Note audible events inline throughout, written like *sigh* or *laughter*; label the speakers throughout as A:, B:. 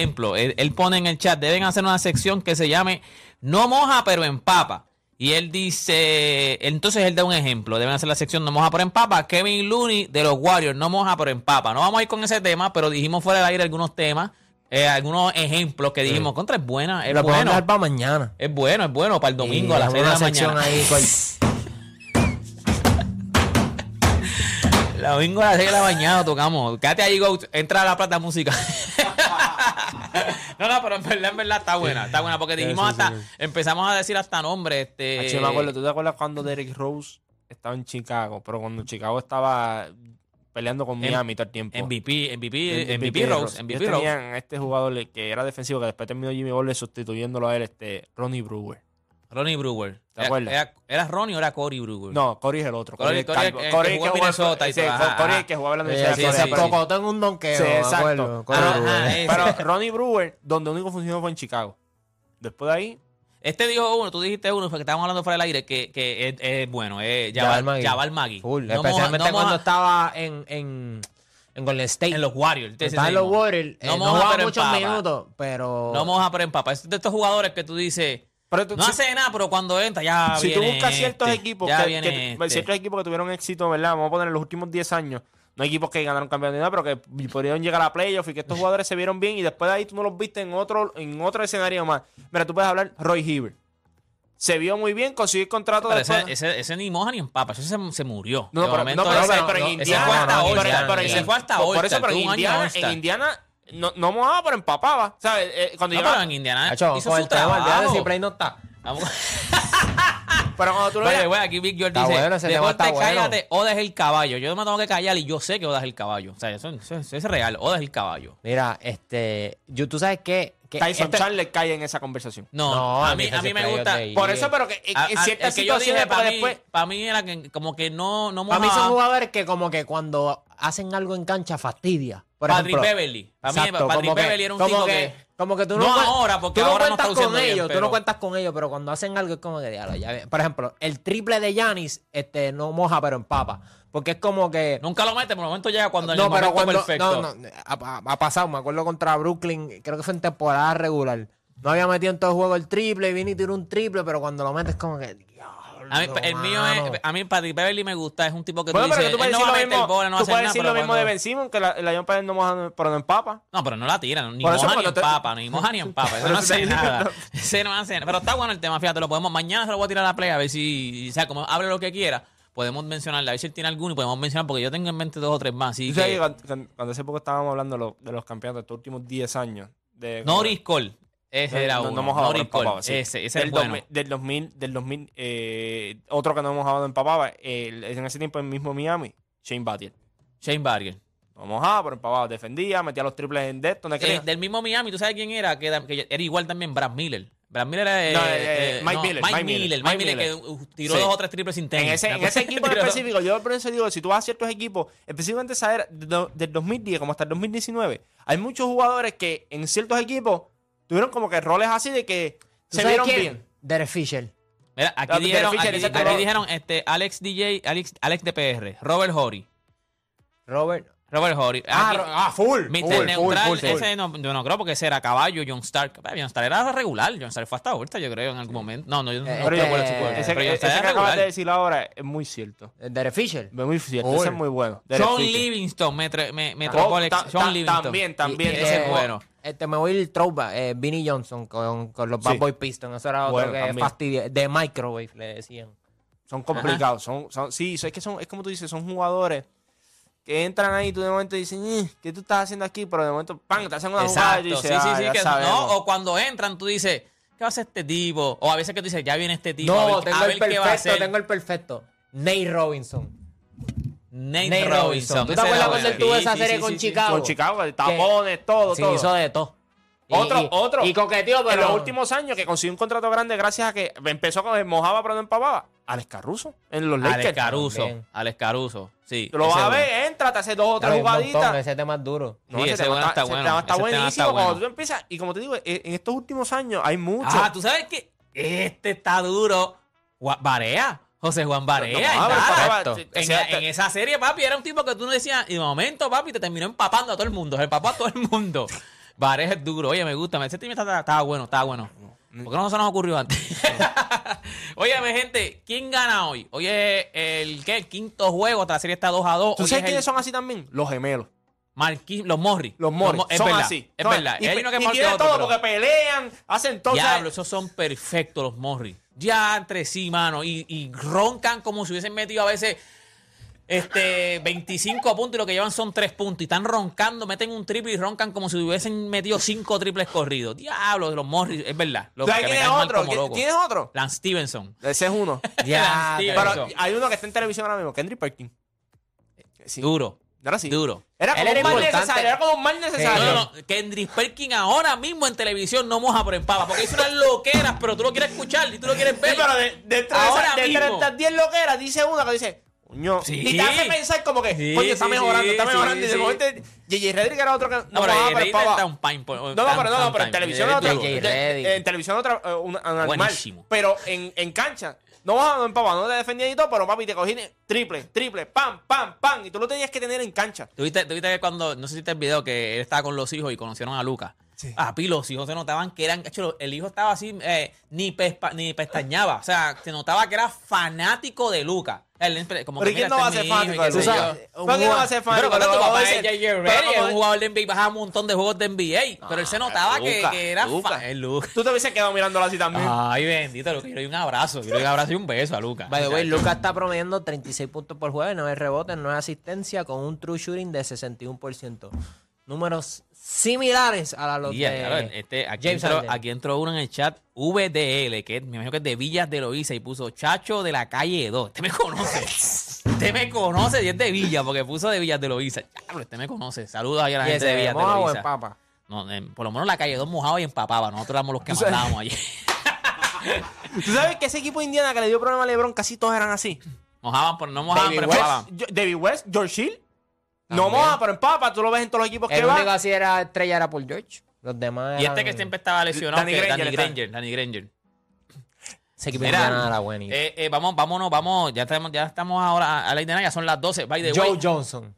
A: ejemplo, él, él pone en el chat, deben hacer una sección que se llame No moja pero empapa. Y él dice, entonces él da un ejemplo, deben hacer la sección No moja pero empapa, Kevin Looney de los Warriors, No moja pero empapa. No vamos a ir con ese tema, pero dijimos fuera del aire algunos temas, eh, algunos ejemplos que dijimos, contra, es buena, es
B: Lo podemos
A: bueno.
B: dejar para mañana.
A: Es bueno, es bueno para el domingo
B: Y
A: a las seis de la
B: dejamos una
A: mañana.
B: sección
A: *laughs*
B: ahí,
A: El domingo a las 6 de la mañana tocamos. Quédate ahí, Goat. Entra a la plata
B: *laughs*
A: música. no, no, pero en verdad, en verdad está buena. Está buena porque dijimos
B: sí,
A: hasta.
B: sí.
A: Empezamos a decir hasta nombre.
B: cual-
A: Este,
B: Hacho, yo me acuerdo, ¿tú te acuerdas cuando Derrick Rose estaba en Chicago? Pero cuando Chicago estaba peleando con
A: En-
B: Miami todo el tiempo.
A: MVP, MVP, MVP,
B: de
A: Rose. MVP
B: Ellos
A: Rose.
B: tenían a este jugador que era defensivo, que después terminó Jimmy Butler sustituyéndolo a él, este Ronnie Brewer.
A: Ronnie Brewer.
B: ¿Te
A: Era-
B: acuerdas?
A: Era, ¿era Ronnie o era Corey Brewer?
B: No, Corey es el otro.
A: Corey-
B: es el
A: Corey es
B: calvo.
A: el que
B: Corey es
A: jugó en
B: que jugó-
A: Minnesota y
B: sí,
A: todo,
B: Cor-
A: ajá,
B: Corey es
A: ajá.
B: el que jugaba en la
A: Sí,
B: Universidad
A: sí,
B: de
A: sí,
B: Corey.
A: sí.
B: Pero-
C: Cocotón un donqueo.
B: Sí,
C: me
B: exacto.
C: acuerdo, Corey
A: Ajá,
C: Brewer.
A: ajá, ese.
B: Pero Ronnie Brewer, donde único funcionó fue en Chicago. Después de ahí,
A: Este dijo uno, tú dijiste uno, fue que estábamos hablando fuera del aire, que, que es, es bueno, es
C: Jabal
A: Jabal,
C: Magui.
A: Jabal Magui.
C: Full,
A: No moja-
C: especialmente
A: no
C: cuando
A: moja-
C: estaba en, en, en Golden State.
A: en los Warriors. Entonces,
C: Estaba en los
A: seguimos.
C: Warriors. eh,
A: No
C: No,
A: moja,
C: jugaba
A: pero
C: muchos
A: empapa.
C: minutos, pero...
A: No moja, pero empapa. Es de estos jugadores que tú dices.
B: pero tú-
A: No
B: si-
A: hace nada, pero cuando entra ya
B: si tú
A: Ah, viene
B: buscas ciertos
A: este,
B: equipos
A: ya
B: que,
A: viene
B: que-
A: este.
B: ciertos equipos que tuvieron éxito, ¿verdad? Vamos a poner en los últimos 10 años. No hay equipos que ganaron campeonato, pero que pudieron llegar a playoff y
A: *laughs*
B: que estos jugadores se vieron bien y después de ahí tú no los viste en otro, en otro escenario más. Mira, tú puedes hablar Roy Hibbert. Se vio muy bien, consiguió el contrato
A: Pero
B: después-
A: ese, ese, ese ni moja ni empapa, ese se, se murió.
B: No,
A: De
B: no, pero,
A: momento
B: no, pero-
A: ese-
B: pero- pero en
A: ese
B: Indiana.
A: fue hasta
B: pero-
A: All-Star,
B: pero en-
A: ese fue hasta
B: por- Por
A: All-Star,
B: eso, pero en
A: tuvo un año
B: Indiana,
A: All-Star.
B: en Indiana no, no mojaba, pero empapaba. ¿Sabes? Eh, cuando
A: No,
B: llegaba-
A: pero en Indiana
C: Hacho,
A: hizo
C: con
A: su
C: el tema de
A: trabajo.
C: si Play no está.
A: Vamos-
B: pero cuando tú lo
A: Oye,
B: veías,
A: güey, aquí Big George
C: Está
A: dice,
C: bueno, ese tema
A: deporte,
C: está bueno".
A: cállate, Oda es el caballo. Yo me tengo que callar y yo sé que Oda es el caballo. O sea, eso, eso- eso es real, Oda es el caballo.
C: Mira, este... Yo, tú sabes qué? que
B: Tyson
C: este-
B: Chandler cae en esa conversación.
A: No,
C: No,
A: a
C: a mí
A: mí,
C: que
A: a
C: se
A: mí me
C: cayó
A: gusta...
C: de ahí.
B: Por eso, pero que en-
A: a-
B: en
A: a-
B: ciertas
A: el que yo
B: situaciones,
A: dije
B: porque
A: para mí,
B: después.
A: para mí era que como que no, no
C: Para mí son
A: mojaba.
C: jugadores que como que cuando hacen algo en cancha fastidia. Por
A: Patrick
C: ejemplo.
A: Beverly. Para mí,
C: Exacto,
A: Patrick
C: como que-
A: Beverly era un
C: como
A: tipo
C: que,
A: que...
C: Como que tú
A: No
C: no, cuen-
A: ahora, porque
C: tú no
A: ahora no está
C: cuentas con
A: luciendo bien,
C: ellos. Tú
A: pero-
C: no cuentas con ellos, pero cuando hacen algo es como que diablo. ya ve- Por ejemplo, el triple de Yanis este, no moja, pero empapa. Porque es como que.
A: Nunca lo mete, por el momento llega cuando en el
C: No, pero
A: momento
C: cuando.
A: perfecto.
C: No, no, ha, ha- ha pasado. Me acuerdo contra Brooklyn, creo que fue en temporada regular. No había metido en todo el juego el triple, y vino y tiró un triple, pero cuando lo metes, como que. Diablo,
A: A mí, el mío
C: mano.
A: es, a mí Patrick Beverly me gusta, es un tipo que tú
B: Bueno, pero
A: dices,
B: que tú
A: él
B: puedes
A: no
B: decir
A: va a
B: lo
A: meter
B: mismo,
A: bola, no va a
B: tú
A: hacer
B: puedes
A: nada,
B: decir
A: pero
B: lo mismo
A: cuando-
B: de Ben Simon, que la, la John Paez no moja, pero no empapa.
A: No, pero no la tiran, ni
B: Por eso
A: moja ni
B: cuando te-
A: empapa, ni moja ni empapa, eso
B: *laughs* Por
A: no
B: eso te
A: hace
B: digo,
A: nada. Ese no hace nada. Pero está bueno el tema, fíjate, lo podemos, mañana se lo voy a tirar a la play, a ver si, o sea, como abre lo que quiera, podemos mencionarle, a ver si él tiene alguno y podemos mencionar, porque yo tengo en mente dos o tres más, así
B: Tú sabes que
A: que...
B: cuando- cuando, cuando hace poco estábamos hablando de los, de los campeonatos de estos últimos 10 años. De,
A: Norris Cole, ese
B: No,
A: era
B: Eh, no- no
A: uno,
B: mojaba,
A: Norris
B: pero empapaba,
A: Cole,
B: sí.
A: ese, ese
B: del,
A: es bueno.
B: 2000, del 2000, del 2000, eh, otro que no mojaba, no empapaba, el- en ese tiempo el mismo Miami, Shane Battier.
A: Shane Barger.
B: No mojaba, pero empapaba, defendía, metía los triples en death, donde
A: Eh,
B: quería.
A: del mismo Miami, ¿tú sabes quién era? Que, que era igual también Brad Miller. Brad Miller era. eh,
B: No, eh, eh, Mike Miller,
A: Mike
B: Mike
A: Miller.
B: Miller,
A: Mike
B: Mike
A: Miller que
B: Miller.
A: uh, tiró
B: Sí.
A: dos o tres triples sin tenis.
B: En ese, en
A: *laughs*
B: ese equipo en
A: Tiró-
B: específico, yo por eso digo, si tú vas a ciertos equipos, específicamente esa era de do- del 2010 como hasta el 2019, hay muchos jugadores que en ciertos equipos tuvieron como que roles así de que
C: ¿Tú
B: se
C: sabes
B: vieron
C: quién?
B: bien.
C: Derek Fisher.
A: Mira,
B: No,
A: aquí
B: pero
A: dijeron,
B: Fisher
A: aquí,
B: hizo
A: aquí
B: todo.
A: dijeron este, Alex DJ, Alex, Alex DPR, Robert Horry.
C: Robert.
A: Robert Horry.
B: Ah,
A: Aquí-
B: ro- ah, full.
A: Mr.
B: full, full,
A: Neutral,
B: full, full.
A: ese no, yo no creo porque ese era caballo, John Stark. Pero John Stark era regular, John Stark fue hasta ahorita, yo creo, en algún momento. No, no, yo no,
C: Eh,
A: no
C: pero-
A: recuerdo si fue,
C: eh,
A: pero John
B: Ese, que- ese
A: Stark
B: que
A: era
B: acabas de
A: regular.
B: decir ahora es muy cierto.
C: Derek Fisher.
B: Es muy cierto,
C: Full.
B: ese es muy bueno. Derek
A: John
B: Fisher.
A: Livingston, Metro- me-
B: Oh,
A: Metropolis.
B: ta-
A: John
B: ta-
A: Livingston.
B: También,
C: Y-
B: también.
C: y-
A: ese
B: ese
A: es
C: eh,
A: bueno.
C: Este, me voy a ir throwback, eh, Vinnie Johnson con, con los
B: Sí.
C: Bad Boy Pistons. Eso era otro
B: Bueno,
C: que
B: también.
C: fastidia. De microwave, le decían.
B: Son complicados. Son, son, sí, son- es que son, es como tú dices, son jugadores que entran ahí y tú de momento dices, "Eh, ¿qué tú estás haciendo aquí? Pero de momento, ¡pam! te hacen una jugada y
A: Exacto,
B: dices,
A: sí, sí,
B: "Ah,
A: sí,
B: ya
A: que
B: sabemos".
A: no, o cuando entran tú dices, ¿qué va a hacer este tipo? O a veces que tú dices, ya viene este tipo, a
C: no,
A: ver,
C: tengo
A: a
C: el
A: ver qué va a
C: perfecto,
A: hacer.
C: tengo el perfecto. Nate Robinson.
A: Nate,
C: Nate
A: Robinson.
C: Robinson. ¿Tú
A: ese
C: te acuerdas
A: era
C: cuando él
A: bueno.
C: tuvo
A: Sí,
C: esa
A: sí,
C: serie
A: sí,
C: con
A: sí, sí.
C: Chicago?
B: Con Chicago, de tapones, todo,
C: Sí,
B: todo.
C: hizo de todo. Y-
B: Otro,
C: y-
B: otro.
C: Y coqueteó, pero.
B: en los últimos años que consiguió un contrato grande gracias a que empezó con mojaba pero no empapaba. Alex Caruso en los Lakers.
A: Alex Caruso,
C: También.
A: Alex Caruso, sí.
B: Tú lo vas
A: ese
B: a
A: bueno.
B: ver, entra, te hace dos o
C: Claro,
B: tres
C: un montón,
B: jugaditas.
C: ese tema es duro.
B: No,
A: Sí,
B: ese
A: ese
B: tema
A: bueno está
B: ese
A: bueno.
B: tema está
A: Ese tema está
B: buenísimo. Cuando
A: bueno.
B: tú empiezas, y como te digo, e, en en estos últimos años hay muchos.
A: Ah, tú sabes que este está duro. Gua- Barea, José Juan Barea.
B: No,
A: en
B: no, pero
A: Dallas.
B: estaba-
A: Correcto.
B: o
A: en, e,
B: sea,
A: en esa
B: *laughs*
A: serie, papi, era un tipo que tú no decías, y de momento, papi, te terminó empapando a todo el mundo, empapó a todo el mundo. Vareja es duro. Oye, me gusta. Ese team está- estaba bueno, estaba bueno. ¿Por qué no se nos ocurrió antes? *laughs* Oye, mi gente, ¿quién gana hoy? Hoy es el, ¿qué? el quinto juego. Esta serie está 2 a 2.
B: ¿Tú sabes quiénes son así también? Los gemelos.
A: Marquis, los Morris.
B: Los Morris.
A: Mo- Es
B: son
A: verdad,
B: así.
A: Es
B: Son-
A: verdad.
B: Y,
A: Hay
B: pe-
A: uno que es
B: y
A: mejor que
B: tienen
A: otro,
B: todo
A: pero-
B: porque pelean, hacen todo. o sea,
A: Diablo, esos son perfectos los Morris. Ya entre sí, mano. Y, y roncan como si hubiesen metido a veces este 25 puntos y lo que llevan son 3 puntos. Y están roncando, meten un triple y roncan como si hubiesen metido 5 triples corridos. Diablo, los Morris, es verdad. Los
B: ¿Sabes
A: que me
B: quién es
A: caen mal
B: otro?
A: como
B: ¿Quién-
A: loco.
B: quién es otro?
A: Lance Stevenson.
B: Ese es
A: *laughs*
B: uno.
C: Ya,
A: Lance
B: Pero
A: Stevenson.
B: hay uno que está en televisión ahora mismo, Kendrick Perkins. Eh, Sí.
A: Duro,
B: Era así.
A: duro.
B: Era
A: Él
B: como un mal
A: importante.
B: necesario. Era como un mal
A: No,
B: necesario.
A: no, no. Kendrick Perkins ahora mismo en televisión no moja por empapa porque hizo unas loqueras, pero tú lo quieres escuchar y tú lo quieres
B: Sí,
A: ver.
B: pero de, dentro de,
A: Ahora
B: esas- dentro de
A: mismo.
B: estas 10 loqueras, dice una que dice, coño.
A: Sí.
B: Y te hace pensar como que,
A: Sí,
B: coño, está
A: sí,
B: mejorando,
A: sí,
B: está mejorando.
A: sí,
B: y de
A: sí.
B: momento, J.J. Reddick era otro que.
A: No,
B: me
A: pero
B: bajaba,
A: J.J.
B: pa'
A: está
B: abajo.
A: un pine Eh, por-
B: No, no,
A: tan-
B: pero no, no,
A: tan
B: pero en
A: time.
B: televisión
A: J.J.
B: era otro.
A: duro.
C: J.J. Reddick.
B: En televisión otra, eh, un, un animal.
A: Buenísimo.
B: Pero en, en cancha, no bajaba en papá, no te defendía y todo, pero papi, te cogí triple, triple, pam, pam, pam. Y tú lo tenías que tener en cancha.
A: ¿Tuviste, tuviste que cuando, no sé si viste el video, que él estaba con los hijos y conocieron a Lucas. A Pi, los hijos se notaban que eran. hecho, el hijo estaba así, eh, ni, pespa- ni pestañaba. O sea, se notaba que era fanático de Lucas. Él siempre- Como que,
B: Pero ¿y quién
A: mira,
B: no va a
A: este es
B: ser
A: mi hijo y
B: fanático
A: qué
B: de
A: sé
C: Tú
A: yo.
C: sabes,
B: Luka? ¿Por qué no va a ser
A: Pero
B: fanático
A: cuando tu
B: Luka?
A: papá
B: Vamos a
A: es
B: decir-
A: J.J.
B: pero
A: Reddick, es
B: vamos a-
A: un jugador de NBA, bajaba un montón de juegos de NBA. pero él se notaba que,
B: Luka,
A: que era
B: Luka.
A: fan. eh, Luka.
B: Tú te hubieses quedado mirándolo así también.
A: Ay, bendito, Lucas. Yo le doy un abrazo. Yo le doy un abrazo y un beso a Lucas.
C: By the way,
A: Muchacho.
C: Lucas está promediando 36 puntos por juego, 9 rebotes, 9 asistencias, con un true shooting de 61%. Números similares a la los
A: Y ya,
C: de
A: claro, este, aquí,
C: eh, James
A: entró,
C: Harden.
A: aquí entró uno en el chat VDL, que es- me imagino que es de Villas de Loíza, y puso Chacho de la calle 2. Usted me
C: *laughs*
A: conoce. Usted me conoce y es de Villa, porque puso de Villas de Loíza. Diablo, Usted me conoce. Saludos ahí a la
C: Y
A: gente de
C: ese
A: Villas de
C: Moa o
A: Loíza.
C: Empapa.
A: No, em, por lo menos la calle 2 mojaba y empapaba. Nosotros éramos los
C: *laughs*
A: que mandábamos allí.
B: ¿Tú sabes que ese equipo de Indiana que le dio problema a LeBron casi todos eran así?
A: Mojaban, pero no mojaban,
B: David
A: pero
B: West,
A: empapaban.
B: Yo- David West, George Hill. No
C: También.
B: moja, pero empapa. Tú lo ves en todos los equipos que
C: El único
B: va.
C: así era estrella era Paul George. Los demás
A: Y este
C: eran-
A: que siempre estaba lesionado,
B: Danny
A: que es
B: Granger
A: Danny
B: está.
A: Granger. Danny Granger.
C: Ese equipo
A: Mira,
C: indiana era bueno.
A: Eh, eh, vamos, vámonos, vamos. Ya estamos, ya estamos ahora a, a la idea, ya son las 12. By the way.
C: Joe Johnson.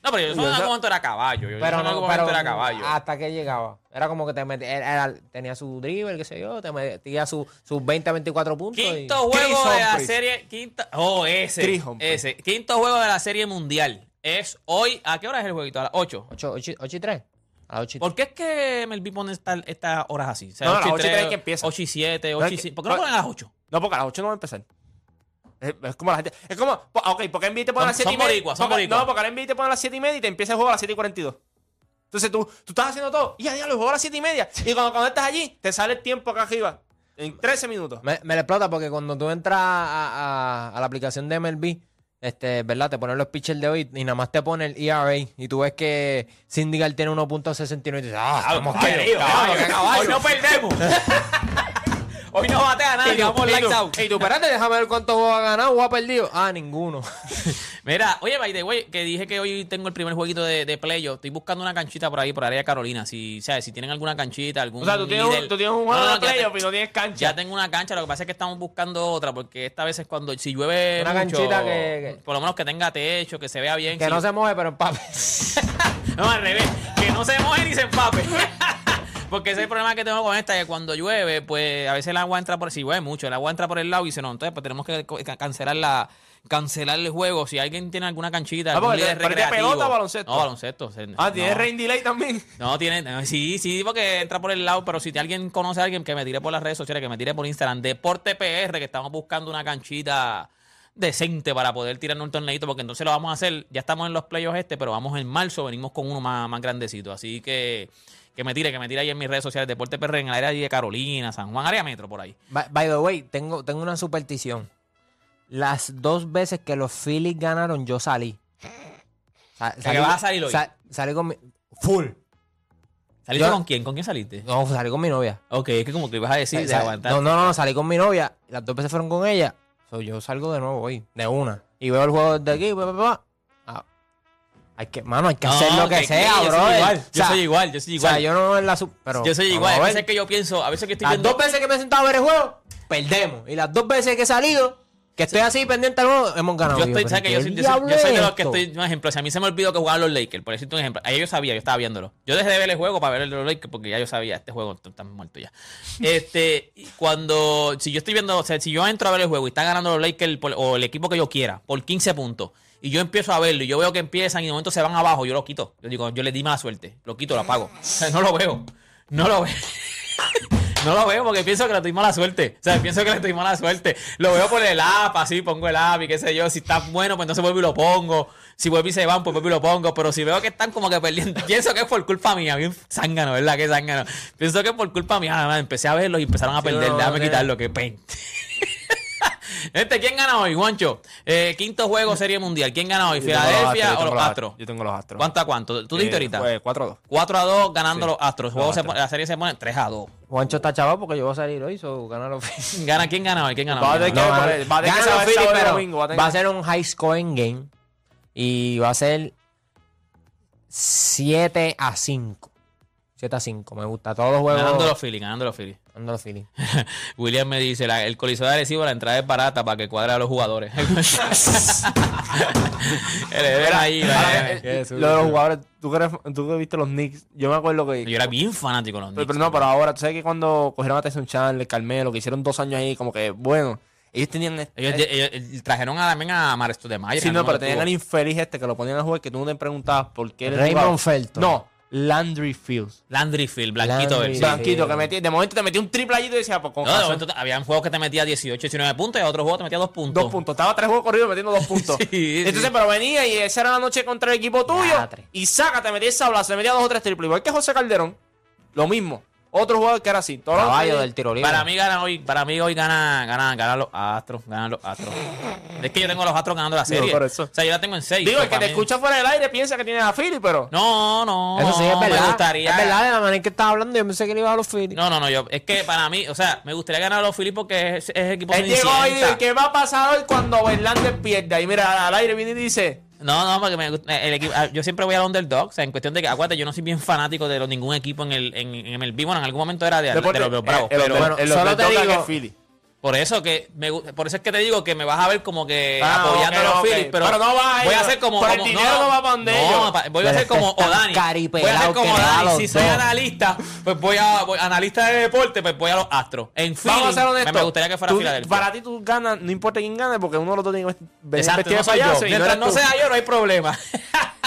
A: No, pero yo en
B: Yo
A: algún
B: so-
A: momento era caballo. Yo,
C: Pero
A: en
C: no,
A: algún
C: pero
A: momento era caballo.
C: hasta que llegaba. Era como que te metía, era- era- tenía su dribble, qué sé yo, te metía su- sus 20 a 24 puntos. y-
A: Quinto juego
B: Chris
A: de la
B: Humphries.
A: serie. Quinta, oh, ese.
B: Chris Humphries.
A: Ese. Quinto juego de la serie mundial. Es hoy. ¿A qué hora es el jueguito? A las 8.
C: 8, y 3. A las 8 y 3.
A: ¿Por qué es que Melví pone esta- estas horas así? O
B: No, a las ocho y tres que empieza.
A: 8 y 7,
B: No,
A: 8
B: es
A: y
B: que-
A: 5. ¿Por qué no ponen a las 8?
B: No, porque a las 8 no va a empezar. Es, es como la gente. Es como. po- ah, Ok, porque en NBA te ponen a las
A: Son-
B: 7 y
A: son
B: media.
A: boricuas, son
B: Porque-
A: boricuas.
B: No, porque ahora en NBA te ponen a las 7 y media y te empieza el juego a las 7 y 42. Entonces tú, tú estás haciendo todo. Y ya, ya, lo juego a las 7 y media. Y cuando, cuando estás allí, te sale el tiempo acá arriba. En 13 minutos.
C: Me, me la explota porque cuando tú entras a, a- a la aplicación de MLB, este, ¿verdad? Te ponen los pitchers de hoy y nada más te pone el ERA y tú ves que Syndical tiene 1.69 y dices, ah, estamos caídos, caballo, qué caballo.
A: Hoy no perdemos. *laughs* hoy no batea a nadie. Vamos lights out.
C: Y tú, espérate, déjame ver cuántos juegos ha ganado o ha perdido.
A: *laughs*
C: Ah, ninguno.
A: Mira, oye, by the way, que dije que hoy tengo el primer jueguito de, de playo. Estoy buscando una canchita por ahí, por área de Carolina. Si, ¿sabes? si tienen alguna canchita, algún.
B: O sea, tú tienes,
A: líder-
B: un, tú tienes un
A: No,
B: juego
A: no,
B: de
A: ya te-
B: playoff y no tienes cancha.
A: Ya tengo una cancha, lo que pasa es que estamos buscando otra, porque esta vez es cuando, si llueve
C: Una
A: mucho,
C: canchita que- que-
A: por lo menos que tenga techo, que se vea bien.
C: que
A: si-
C: no se mueve, pero empape.
A: *laughs* No, al revés, que no se moje ni se empape. *laughs* porque ese es el problema que tengo con esta, que cuando llueve, pues a veces el agua entra por, si llueve mucho, el agua entra por el lado y se no, entonces pues tenemos que co- ca- cancelar la cancelar el juego. Si alguien tiene alguna canchita,
B: Ah,
A: algún
B: porque te-
A: líder
B: pero tiene
A: recreativo.
B: pelota o baloncesto.
A: No, baloncesto. se-
B: ah, tienes
A: no.
B: rain delay también.
A: No, tiene. no, Sí, sí, porque entra por el lado, pero si te- alguien conoce a alguien que me tire por las redes sociales, que me tire por Instagram, Deporte PR, que estamos buscando una canchita decente para poder tirarnos un torneito, porque entonces lo vamos a hacer. Ya estamos en los playoffs este, pero vamos en marzo, venimos con uno más, más grandecito. Así que que me tire, que me tire ahí en mis redes sociales, Deporte PR, en el área de Carolina, San Juan, área metro, por ahí.
C: By, by the way, tengo, tengo una superstición. Las dos veces que los Phillies ganaron, yo salí. Sa-
A: sea, que vas a salir hoy.
C: sa- salí con mi... Full.
A: ¿Saliste
C: Yo-
A: con quién? ¿Con quién saliste?
C: No, salí con mi novia.
A: Ok, es que como que ibas a decir
C: Sa-
A: de
C: sa-
A: aguantar.
C: No, no, no, salí con mi novia. Las dos veces fueron con ella. So, yo salgo de nuevo hoy, de una. Y veo el juego desde aquí, pa, pa, pa. Ah. Hay que, mano, hay que
A: No,
C: hacer lo que,
A: que-
C: sea,
A: que yo soy
C: bro.
A: igual, yo soy igual, yo soy
C: O sea,
A: igual.
C: yo no en la sub- pero,
A: Yo soy
C: vamos
A: igual.
C: a
A: A
C: ver.
A: veces que yo pienso, a veces que estoy
C: Las
A: viendo.
C: dos veces que me he sentado a ver el juego, perdemos. Y las dos veces que he salido, Que estoy así pendiente al uno, hemos ganado.
A: Yo estoy,
C: pero
A: ¿sabes que
C: ¿qué
A: yo, soy, yo soy-
C: diablo
A: yo soy de los
C: es
A: que
C: esto?
A: estoy, un ejemplo, si a mí se me olvidó que jugaban los Lakers, por decirte un ejemplo, ayer yo sabía, yo estaba viéndolo. Yo dejé de ver el juego para ver el de los Lakers porque ya yo sabía, este juego está está muerto ya. Este, y cuando, si yo estoy viendo, o sea, si yo entro a ver el juego y está ganando los Lakers por- o el equipo que yo quiera por 15 puntos y yo empiezo a verlo y yo veo que empiezan y de momento se van abajo, yo lo quito. Yo digo, yo le di mala suerte, lo quito, lo apago. *laughs* O sea, no lo veo, no lo veo. No lo veo porque pienso que le estoy mala suerte. O sea, pienso que le estoy mala suerte. Lo veo por el app, así, pongo el app y qué sé yo. Si está bueno, pues entonces vuelvo y lo pongo. Si vuelvo y se van, pues vuelvo y lo pongo. Pero si veo que están como que perdiendo, *laughs* pienso que es por culpa mía. Bien zángano, ¿verdad? Que zángano. Pienso que es por culpa mía. Además, empecé a verlos y empezaron a perder.
C: no, no,
A: Déjame
C: no.
A: quitarlo, que pain. *laughs* Este, ¿quién gana hoy, Juancho? Eh, quinto juego, Serie Mundial. ¿Quién gana hoy?
B: Yo tengo
A: ¿Filadelfia
B: yo
A: o
B: tengo
A: los Astros? Eh, pues,
B: Yo tengo los Astros.
A: ¿Cuánto a cuánto? ¿Tú dijiste ahorita?
B: 4-2.
A: 4 a 2 ganando
B: Sí,
A: los Astros. El
B: los
A: juego se
B: Astros.
A: pone- la serie se pone 3 a 2.
C: Juancho está chaval porque yo voy a salir hoy, so gana los Phillies.
A: ¿Gana quién gana hoy? ¿Quién gana
B: Va a
A: hoy?
B: tener que-
A: No,
B: va a
C: gana-
B: tener- va a tener que
C: gana los
B: saber
C: Phillies,
B: sábado y
C: pero
B: domingo, va a tener
C: va a
B: que-
C: ser un high scoring game y va a ser 7 a 5. 7 a 5, me gusta. Todos los juegos
A: Ganando los Phillies, ganando los Phillies.
C: ganando los Phillies.
A: William me dice, la- el coliseo de Arecibo la entrada es barata para que cuadre a los
B: *laughs*
A: jugadores. El Ever ahí,
B: Ahora,
A: la-
B: eh, eh, Lo de los jugadores, tú que, eres- tú que viste los Knicks, yo me acuerdo que.
A: Yo era bien fanático de los
B: pero,
A: Knicks.
B: pero no, pero ahora, tú sabes que cuando cogieron a Tyson Chandler, Carmelo, que hicieron dos años ahí, como que, bueno, ellos tenían. este
A: Ellos, ellos- ellos eh, trajeron a, también a Maresto de Mayer.
B: eh. Sí,
A: que
B: no,
A: me
B: pero
A: lo
B: tenían
A: tuvo.
B: al infeliz este que lo ponían a jugar que tú no te preguntabas por qué. él jugaba.
C: Raymond Felton.
B: No, Landry Fields.
A: Landry Field, Blanquito
C: Landry
A: del-
C: Sí.
B: Blanquito, que metí, de momento te metí un triple allí y tú decías, pues con
A: No, de
B: razón,
A: momento te- habían juegos que te metía 18, 19 puntos y otros juegos te metía 2 puntos.
B: dos puntos. Estaba tres juegos corridos
A: *laughs*
B: metiendo dos puntos.
A: Sí, sí.
B: Entonces, pero venía y esa era la noche contra el equipo tuyo.
C: Latre.
B: Y saca, te metía el sablazo, te metía dos o tres triples. Igual que José Calderón, lo mismo. Otro jugador que era así. Todos los
C: Caballo
B: días-
C: del tiro libre.
A: Para mí gana hoy, para mí hoy gana, gana, gana los Astros, ganan los Astros. Es que yo tengo a los Astros ganando la serie.
B: por eso.
A: O sea, yo la tengo en 6.
B: Digo, el que te escucha fuera del aire piensa que tienes a Philly, pero.
A: No, no.
C: Eso sí es
A: no,
C: verdad.
A: Me gustaría.
C: Es verdad, de la manera en que estás hablando, yo pensé que le iba a los Phillies.
A: No, no, no. Yo, es que para mí, o sea, me gustaría ganar a los Phillies porque es, es equipo
B: Él llegó hoy y dijo,
A: 600.
B: ¿qué va a pasar hoy cuando Bernández pierda? Y mira, al aire viene y dice.
A: No, no, porque me gusta, el equipo, ah, yo siempre voy al underdog. O sea, en cuestión de que, acuérdate, yo no soy bien fanático de los- ningún equipo en el, en, en el Bueno, en algún momento era de,
B: deporte- eh,
A: de los, de los Bravos.
B: el- el-
A: pero
B: el-
C: bueno,
B: el-
C: solo
B: el-
C: te
B: toca que
C: digo-
B: es Philly.
A: por eso que me, gu- por eso es que te digo que me vas a ver como que
B: Ah,
A: apoyando
B: ok,
A: a los
B: ok.
A: Phillies. Pero,
B: Pero no vas a
A: voy a
B: ir-
A: hacer como.
B: por el
A: como-
B: dinero no vas pa' donde
A: pa-
B: ellos.
A: voy a
C: Pero
A: hacer
C: es que *laughs*
A: como
C: están
A: O'Dani. Voy a hacer
C: caripelados
A: como
C: que nada,
A: O'Dani.
C: los
A: Si soy
C: dos.
A: analista, pues voy a. voy- analista de deporte, pues voy a los Astros. En fin,
B: Vamos a ser
A: me,
B: honestos.
A: me gustaría que fuera
B: Tú-
A: Filadelfia.
B: Para ti tú ganas, no importa quién gane, porque uno de los dos tiene que venir
A: Exacto,
B: vestido
A: no
B: de
A: soy yo.
B: payaso. y
A: Mientras
B: eres
A: no
B: tú.
A: sea yo, no hay problema.
C: *laughs*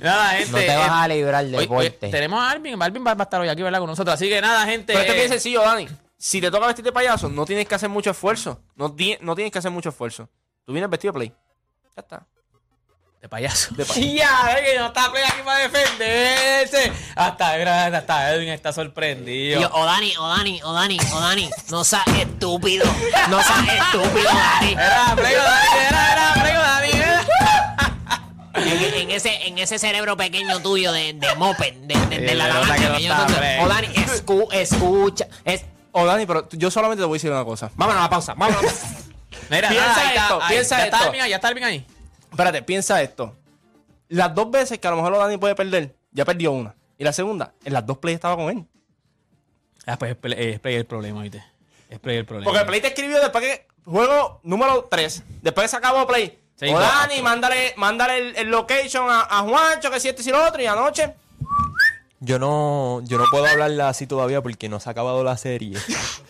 A: nada, gente.
C: No te
A: eh,
C: vas a librar del
A: oye, oye,
C: deporte.
A: tenemos a Alvin. Alvin va a estar hoy aquí, ¿verdad? Con nosotros. Así que nada, gente.
B: Pero este esto es
A: eh,
B: bien sencillo, Dani. Si te toca vestirte de payaso, no tienes que hacer mucho esfuerzo. No, ti- no tienes que hacer mucho esfuerzo. Tú vienes vestido de play. Ya está.
A: De payaso. *laughs*
B: De payaso.
A: Ya, es que no está play aquí para defenderse. Hasta, mira, hasta Edwin está sorprendido.
D: Yo, o Dani, o Dani, o Dani, o Dani, no seas estúpido, no seas estúpido, Dani.
A: Era, play, Dani, era, era, play, Dani, era.
D: En, en ese, en ese cerebro pequeño tuyo de, de moped, de, de- de la
A: Sí, nota
D: naranja
A: que no
D: que yo
A: está,
D: no-
A: hombre.
D: O Dani, escu- escucha, es,
B: O Oh, Dani, pero tú- yo solamente te voy a decir una cosa.
C: Vámonos a la pausa, vámonos. a la pausa.
A: *laughs* Mira,
B: Piensa
A: nada, ahí está,
B: esto,
A: ahí,
B: piensa
A: ya Está
B: esto.
A: Alvin ahí, ya está Alvin ahí.
B: Espérate, piensa esto. Las dos veces que a lo mejor lo Dani puede perder, ya perdió una. Y la segunda, en las dos plays estaba con él.
A: Ah, pues es play, eh, es play el problema, ¿viste? Es play el problema.
B: Porque el play te escribió después que juego número 3. Después que se acabó play.
A: Sí,
B: o
A: claro.
B: Dani, mándale, mándale el, el location a, a Juancho, que si este y si lo otro. Y anoche,
E: Yo no, yo no puedo hablarla así todavía porque no se ha acabado la serie.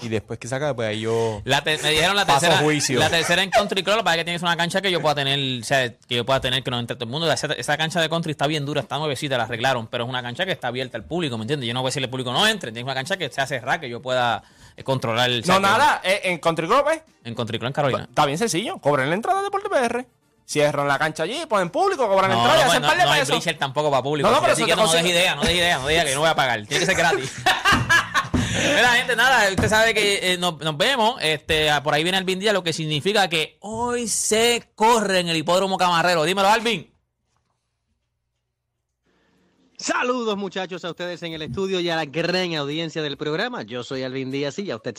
E: Y después que se acabe, pues ahí yo.
A: La te- me dijeron la
E: Paso
A: tercera,
E: juicio.
A: la tercera en Country Club, para que tienes una cancha que yo pueda tener, o sea, que yo pueda tener que no entre todo el mundo. Esa, esa cancha de Country está bien dura, está nuevecita, la arreglaron, pero es una cancha que está abierta al público, ¿me entiendes? Yo no voy a decirle al público no entre, tienes una cancha que sea cerrada, que yo pueda eh, controlar el
B: no
A: saque
B: nada, eh, en Country Club, eh,
A: en Country Club en Carolina.
B: Está bien sencillo. Cobran la entrada de Deporte PR. Cierran la cancha allí, ponen público, cobran la
A: No,
B: entrada y
A: no, pues,
B: hacen
A: no,
B: par de
A: no hay
B: pesos.
A: breacher tampoco para público.
B: No,
A: Así
B: no, pero
A: que
B: eso te
A: no des
B: consigo-
A: idea, no des idea, no diga que no voy a pagar. Tiene que ser gratis.
B: *laughs*
A: Mira, gente, nada, usted sabe que eh, nos, nos vemos. Este, ah, por ahí viene Alvin Díaz, lo que significa que hoy se corre en el hipódromo camarrero. Dímelo, Alvin.
F: Saludos muchachos a ustedes en el estudio y a la gran audiencia del programa. Yo soy Alvin Díaz y ya usted